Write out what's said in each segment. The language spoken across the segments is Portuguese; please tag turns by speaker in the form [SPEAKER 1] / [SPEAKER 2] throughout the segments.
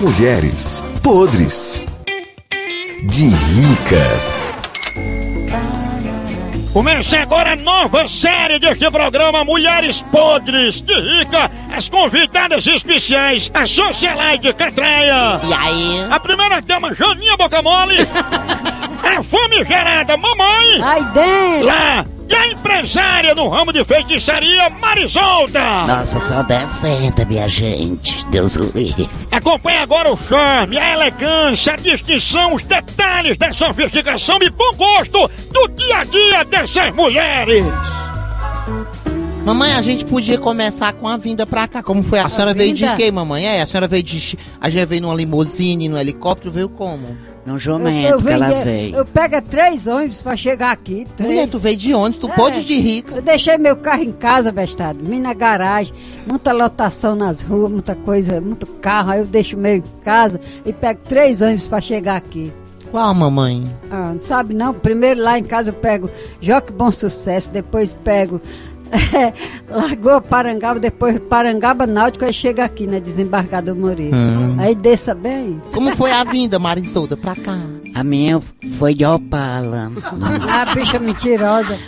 [SPEAKER 1] Mulheres podres de ricas.
[SPEAKER 2] Começa agora a nova série deste programa Mulheres Podres de Rica, as convidadas especiais, a Socialite Catraia,
[SPEAKER 3] E aí?
[SPEAKER 2] a primeira dama Janinha Bocamole, a famigerada Mamãe,
[SPEAKER 4] Aí dentro!
[SPEAKER 2] lá, e a empresária no ramo de feitiçaria Marisolda.
[SPEAKER 3] Nossa, só defenda, minha gente. Deus o livre.
[SPEAKER 2] Acompanhe agora o charme, a elegância, a distinção, os detalhes da sofisticação e bom gosto do dia a dia dessas mulheres.
[SPEAKER 3] Mamãe, a gente podia começar com a vinda pra cá. Como foi? A, senhora veio de
[SPEAKER 4] vinda?
[SPEAKER 3] quê, mamãe? É, a senhora veio de... chi- A gente veio numa limusine, num helicóptero, veio como?
[SPEAKER 5] Não jumento que é ela
[SPEAKER 4] venho de-
[SPEAKER 5] veio.
[SPEAKER 4] eu pego três ônibus pra chegar aqui. Três.
[SPEAKER 3] Mulher, tu veio de onde? Tu
[SPEAKER 4] É.
[SPEAKER 3] pôde de rica.
[SPEAKER 4] Eu deixei meu carro em casa, bestado. Vim na garagem, muita lotação nas ruas, muita coisa, muito carro. Aí eu deixo o meu em casa e pego três ônibus pra chegar aqui.
[SPEAKER 3] Qual, mamãe?
[SPEAKER 4] Ah, não sabe não? Primeiro lá em casa eu pego Joque Bom Sucesso, depois pego Lagoa Parangaba, depois Parangaba Náutico, aí chega aqui, né? Desembargador Moreira.
[SPEAKER 5] Hum.
[SPEAKER 4] Aí desça bem.
[SPEAKER 3] Como foi a vinda, Marisolda, pra cá?
[SPEAKER 5] A minha foi de Opala.
[SPEAKER 4] Ah, bicha mentirosa.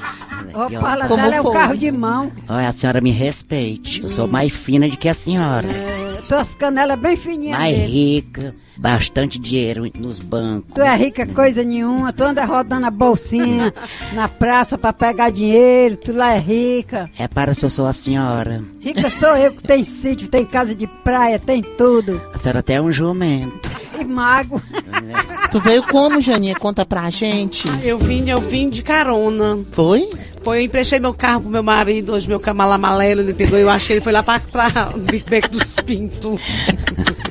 [SPEAKER 4] O pala
[SPEAKER 3] Como
[SPEAKER 4] dela é um
[SPEAKER 3] foi?
[SPEAKER 4] carro de mão.
[SPEAKER 5] Olha, a senhora me respeite. Eu sou mais fina do que a senhora.
[SPEAKER 4] É, Tuas canelas bem fininhas
[SPEAKER 5] Mais
[SPEAKER 4] mesmo.
[SPEAKER 5] rica, bastante dinheiro nos bancos.
[SPEAKER 4] Tu é rica coisa nenhuma, tu anda rodando a bolsinha na praça pra pegar dinheiro, tu lá é rica.
[SPEAKER 5] Repara se eu sou a senhora.
[SPEAKER 4] Rica sou eu que tem sítio, tem casa de praia, tem tudo.
[SPEAKER 5] A senhora até é um jumento.
[SPEAKER 4] E mago.
[SPEAKER 3] Tu veio como, Janinha? Conta pra gente.
[SPEAKER 6] Eu vim, eu vim de carona.
[SPEAKER 3] Foi?
[SPEAKER 6] Foi, eu emprestei meu carro pro meu marido, hoje meu camala malelo, ele pegou, eu acho que ele foi lá pra, pra o Big Beck dos Pintos.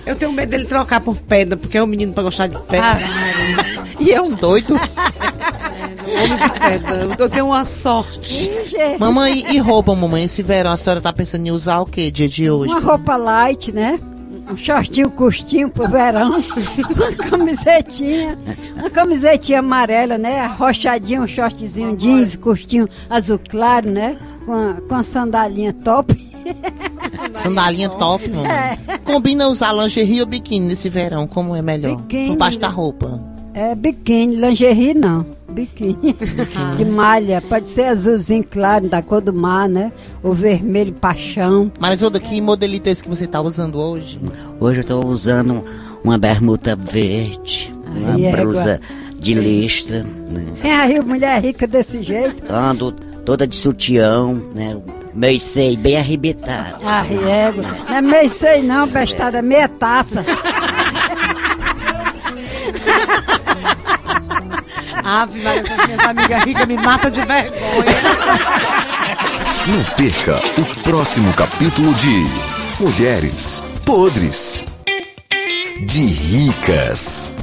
[SPEAKER 6] Eu tenho medo dele trocar por pedra, porque é um menino pra gostar de pedra.
[SPEAKER 3] E é um doido.
[SPEAKER 6] Homem é de pedra. Eu- Eu tenho uma sorte.
[SPEAKER 4] Ligeiro.
[SPEAKER 3] mamãe, e roupa, mamãe? Esse verão, a senhora tá pensando em usar o quê dia de hoje?
[SPEAKER 4] Uma roupa light, né? Um shortinho curtinho pro verão, uma camisetinha, uma camisetinha amarela, né? Arrochadinha, um shortzinho jeans, curtinho, azul claro, né? Com a, com a sandalinha top.
[SPEAKER 3] Sandalinha top, mamãe.
[SPEAKER 4] É.
[SPEAKER 3] Combina usar lingerie ou biquíni nesse verão, como é melhor?
[SPEAKER 4] Biquíni.
[SPEAKER 3] Por baixo da roupa.
[SPEAKER 4] É biquíni, lingerie não, biquíni. De malha, pode ser azulzinho claro, da cor do mar, né? Ou vermelho paixão.
[SPEAKER 3] Marisolda, que modelito é esse que você tá usando hoje?
[SPEAKER 5] Hoje eu tô usando uma bermuda verde, uma
[SPEAKER 4] Ai, é, égua.
[SPEAKER 5] blusa de listra. né?
[SPEAKER 4] Tem aí é mulher rica desse jeito.
[SPEAKER 5] Ando toda de sutião, né? Meu seio bem arrebitado.
[SPEAKER 4] Ah, riego. Não é meio sei não, bestada, é meia taça.
[SPEAKER 6] Ave Maria, essas minhas amigas ricas me matam de vergonha.
[SPEAKER 1] Não perca o próximo capítulo de Mulheres podres de ricas.